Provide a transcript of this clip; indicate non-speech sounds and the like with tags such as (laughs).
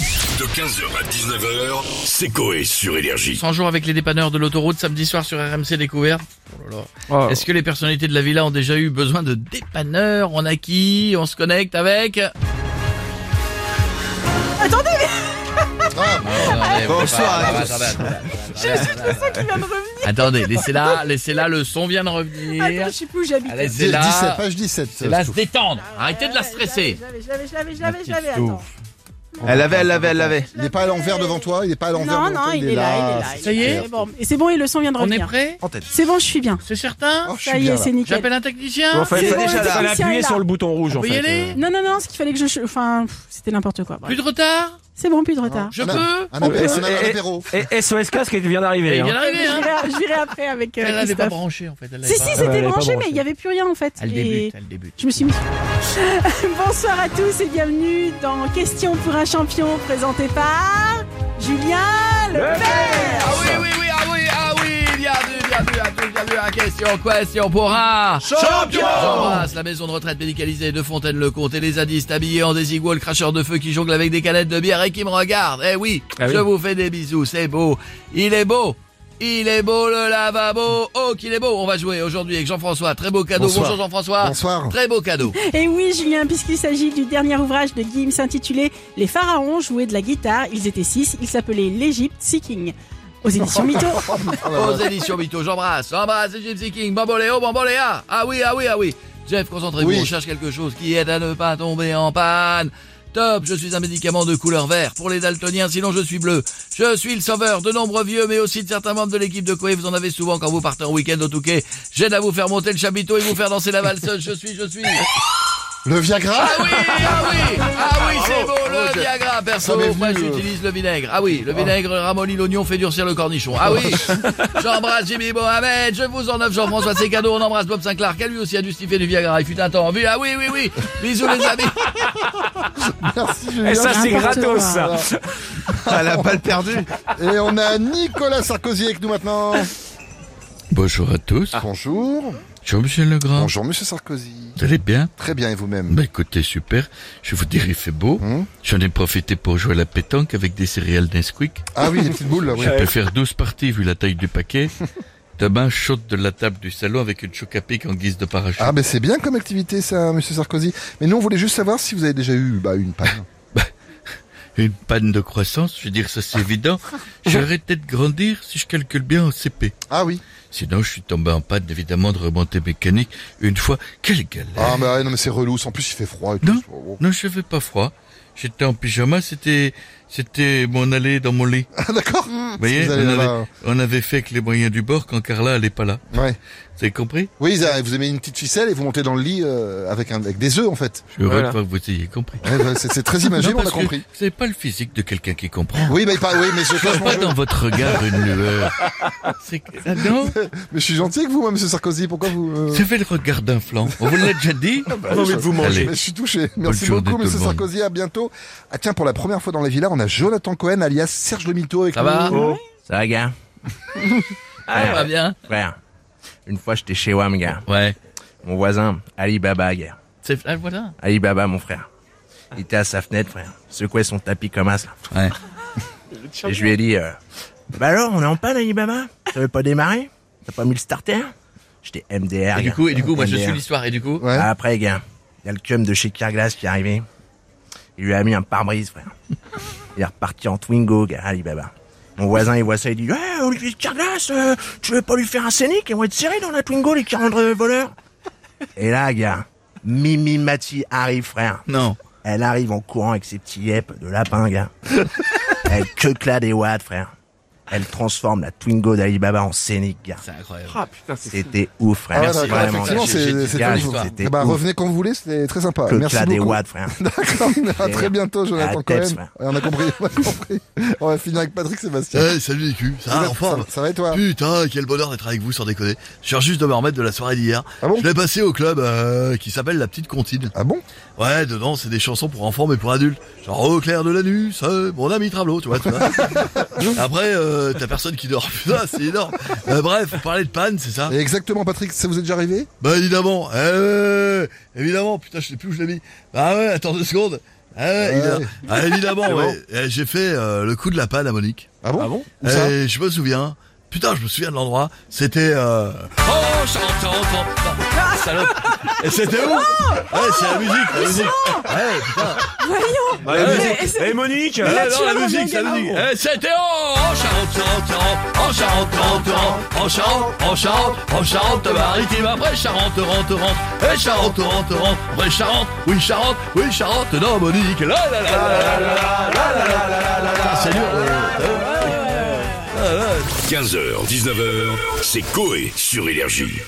De 15h à 19h, c'est Coé sur Énergie. 100 jours avec les dépanneurs de l'autoroute samedi soir sur RMC Découverte. Oh là là. Est-ce que les personnalités de la villa ont déjà eu besoin de dépanneurs On a qui On se connecte avec Attendez, (laughs) Ah, Bonsoir j'ai juste le son qui vient de revenir. Attendez, laissez-la, laissez-la, le son vient de Attends, revenir. je sais plus où j'habite. Allez-y. C'est là. 17, page 17. C'est là euh, se Stouff. détendre, Ah, arrêtez de la stresser. Je l'avais, je l'avais, je l'avais, je l'avais, je petite l'avais. Attends. Elle l'avait, elle l'avait, elle l'avait. Il n'est pas à l'envers devant toi, il n'est pas à l'envers Non, devant non, toi, il est là, il est là. Ça y est C'est bon. Et c'est bon, et le son vient de On est revenir. prêt En tête. C'est bon, je suis bien. C'est certain Oh, je Ça suis y bien est, là. c'est nickel. J'appelle un technicien Bon, fallait- C'est bon, fallait il déjà était comme la- ça, il est appuyer là. sur le bouton rouge On en peut y fait. aller Non, non, non, ce qu'il fallait que je. Enfin, pff, c'était n'importe quoi. Plus Bref. de retard C'est bon, plus de retard. Je Un peux Un apéro, Et- un- un et- apéro. Et SOS Casque qui vient Il d'arriver. vient hein. d'arriver, hein J'irai- J'irai après avec euh, Elle l'avait pas Christophe. branché en fait. Elle l'avait Si, si, pas- Elle c'était avait pas branché, mais branché. il n'y avait plus rien en fait. Elle Et- débute, elle débute. Je me suis mis. (laughs) Bonsoir à tous et bienvenue dans Question pour un champion présenté par Julien Lepers. Ah oui, oui, oui, ah oui, ah oui, bienvenue, bienvenue à tous, bienvenue à Question Question pour un champion J'embrasse la maison de retraite médicalisée de Fontaine-le-Comte et les zadistes habillés en désigual cracheurs de feu qui jonglent avec des canettes de bière et qui me regardent. Eh oui, Ah oui. je vous fais des bisous, c'est beau, il est beau il est beau le lavabo, oh qu'il est beau On va jouer aujourd'hui avec Jean-François, très beau cadeau, Bonsoir. bonjour Jean-François Bonsoir. Très beau cadeau Et oui, Julien, puisqu'il s'agit du dernier ouvrage de Gims intitulé Les pharaons jouaient de la guitare. Ils étaient six. Ils s'appelaient l'Égypte Seeking. Aux éditions (laughs) Mito. Aux éditions Vito, j'embrasse, embrasse Gypsy King, Bamboléo, Bamboléa. Ah oui, ah oui, ah oui. Jeff, concentrez-vous, Oui. on cherche quelque chose qui aide à ne pas tomber en panne. Top, je suis un médicament de couleur vert pour les daltoniens, sinon je suis bleu. Je suis le sauveur de nombreux vieux, mais aussi de certains membres de l'équipe de Coé. Vous en avez souvent quand vous partez en week-end au Touquet. J'aide à vous faire monter le chapiteau et vous faire danser la valse. Je suis, je suis. Le Viagra Ah oui, ah oui, ah oui, c'est beau, le Viagra, perso. Ça m'est Moi, venu, euh. j'utilise le vinaigre. Ah oui, le vinaigre ramollit l'oignon, fait durcir le cornichon. Ah (laughs) oui, j'embrasse Jimmy Mohamed, je vous en offre Jean-François, c'est cadeau, on embrasse Bob Sinclair, qui lui aussi a dû stiffer du Viagra, il fut un temps en vue. Ah oui, oui, oui, bisous les amis. Merci Julien. Et ça c'est N'importe quoi. gratos ça. Ah, Elle a pas le perdu. Et on a Nicolas Sarkozy avec nous maintenant. Bonjour à tous, Bonjour. je suis Michel Legrand. Bonjour Monsieur Sarkozy. Vous allez bien Très bien et vous-même Bah écoutez, super, je vous dirais, il fait beau. Hmm J'en ai profité pour jouer à la pétanque avec des céréales Nesquik. Ah oui, les petites boules là, oui. Je peux faire 12 parties vu la taille du paquet. (laughs) Demain, chaude de la table du salon avec une chocapic en guise de parachute. Ah ben c'est bien comme activité ça, Monsieur Sarkozy. Mais nous on voulait juste savoir si vous avez déjà eu bah, une panne. Une panne de croissance, je veux dire, ça c'est (laughs) évident. J'arrêtais de grandir si je calcule bien en CP. Ah oui. Sinon, je suis tombé en panne, évidemment, de remontée mécanique une fois. Quelle galère Ah bah ouais, non mais c'est relou. En plus il fait froid. Et tout. Non. Non, je vais pas froid. J'étais en pyjama, c'était, c'était mon aller dans mon lit. Ah d'accord. Vous voyez, Vous on allez avait, là-bas. on avait fait avec les moyens du bord quand Carla, elle est pas là. Ouais. Vous avez compris? Oui, ils arrivent, vous avez une petite ficelle et vous montez dans le lit euh, avec, un, avec des œufs en fait. Je veux Voilà. pas que vous ayez compris. Ouais, bah, c'est c'est très imagé, Non, mais on a parce que compris. Vous n'avez pas le physique de quelqu'un qui comprend. Oui, mais pas, oui, mais je Je cache vois mon pas jeu. dans votre regard une lueur. C'est que- Ah non, (laughs) Mais je suis gentil avec vous, moi, Monsieur Sarkozy. Pourquoi vous euh, vous avez le regard d'un flanc. On vous l'a déjà dit J'ai envie de vous manger. Allez. Ah, Je suis touché. Merci journée, tout beaucoup, le Monsieur monde. Sarkozy. À bientôt. Ah tiens, pour la première fois dans les villas, on a Jonathan Cohen, alias Serge le Mito, avec Ça nous. va Oh. Ça va, gars Ça va bien Frère, une fois j'étais chez WAM, gars. Ouais. Mon voisin, Ali Baba, gars. C'est ah, voilà. Ali Baba, mon frère. Il était à sa fenêtre, frère. Il Secouait son tapis comme as. là. Ouais. Et je lui ai dit, euh, bah alors, on est en panne, Ali Baba Ça veut pas démarrer T'as pas mis le starter J'étais MDR, Et Ah, du gars. coup, et du coup, moi je MDR. suis l'histoire. Et du coup, Ouais. Ah, Après, gars, il y a le cum de chez Carglass qui est arrivé. Il lui a mis un pare-brise, frère. Il est reparti en Twingo, gars, Alibaba. Mon voisin, il voit ça, il dit Eh, Olivier de Carglass, euh, tu veux pas lui faire un scénic Ils vont être serrés dans la Twingo, les 40 voleurs. Et là, gars, Mimi Mati arrive, frère. non. Elle arrive en courant avec ses petits yep de lapin, gars. Elle queue des watts, frère. Elle transforme la Twingo d'Alibaba en scénic, gars. C'est incroyable. Ah putain, c'est C'était ouf, Ah, frère. d'accord, Vraiment, effectivement, gars. c'est c'est Gars, très ouf. c'était Eh ben, ouf. revenez quand vous voulez, c'était très sympa. Que Merci clat des beaucoup. watts, frère. (laughs) D'accord, à très bientôt, Jonathan Ah, Cohen. thanks, frère. Ouais, On a compris, on a compris. On va finir avec Patrick Sébastien. Eh, salut les culs, ça va, en ça, forme ça va et toi Putain, quel bonheur d'être avec vous, sans déconner. Je cherche juste de me remettre de la soirée d'hier. Ah bon je l'ai passé au club euh, qui s'appelle La Petite Comptine. Ah bon Ouais, dedans, c'est des chansons pour enfants mais pour adultes. Genre Au clair de l'anus, euh, mon ami Travelot, tu vois. Tu vois. Après, euh, t'as personne qui dort. (laughs) Putain, c'est énorme. Euh, bref, on parlait de panne, c'est ça Eh Et Exactement, Patrick, ça vous est déjà arrivé Bah évidemment. Euh, évidemment, putain, je sais plus où je l'ai mis. Bah ouais, attends deux secondes. Ah ouais, il a- Ouais. ah, évidemment, C'est ouais. Eh, J'ai fait euh, le coup de la panne à Monique. Ah bon, Ah bon Où ça Et je me souviens. Putain, je me souviens de l'endroit. C'était. Euh... Oh, j'entends ton pain, salope. Et c'était où Ouais, c'est la musique, la musique. Ouais, putain. Voyons Ah, la Mais musique. c'est- Eh, Monique Eh, là, non, tu la la reviens musique, c'est la gamin. musique. Eh, c'était en en Charente, en Charente, en Charente, en Charente, en Charente, en Charente, maritime, après Charente, rente, rente, eh, Charente, rente, rente, après Charente, oui, Charente, oui, Charente, non, Monique, là, là, là, là, là, là, là, là, là, là, là. C'est dur, ouais. 15h, 19h, c'est Coé sur Énergie.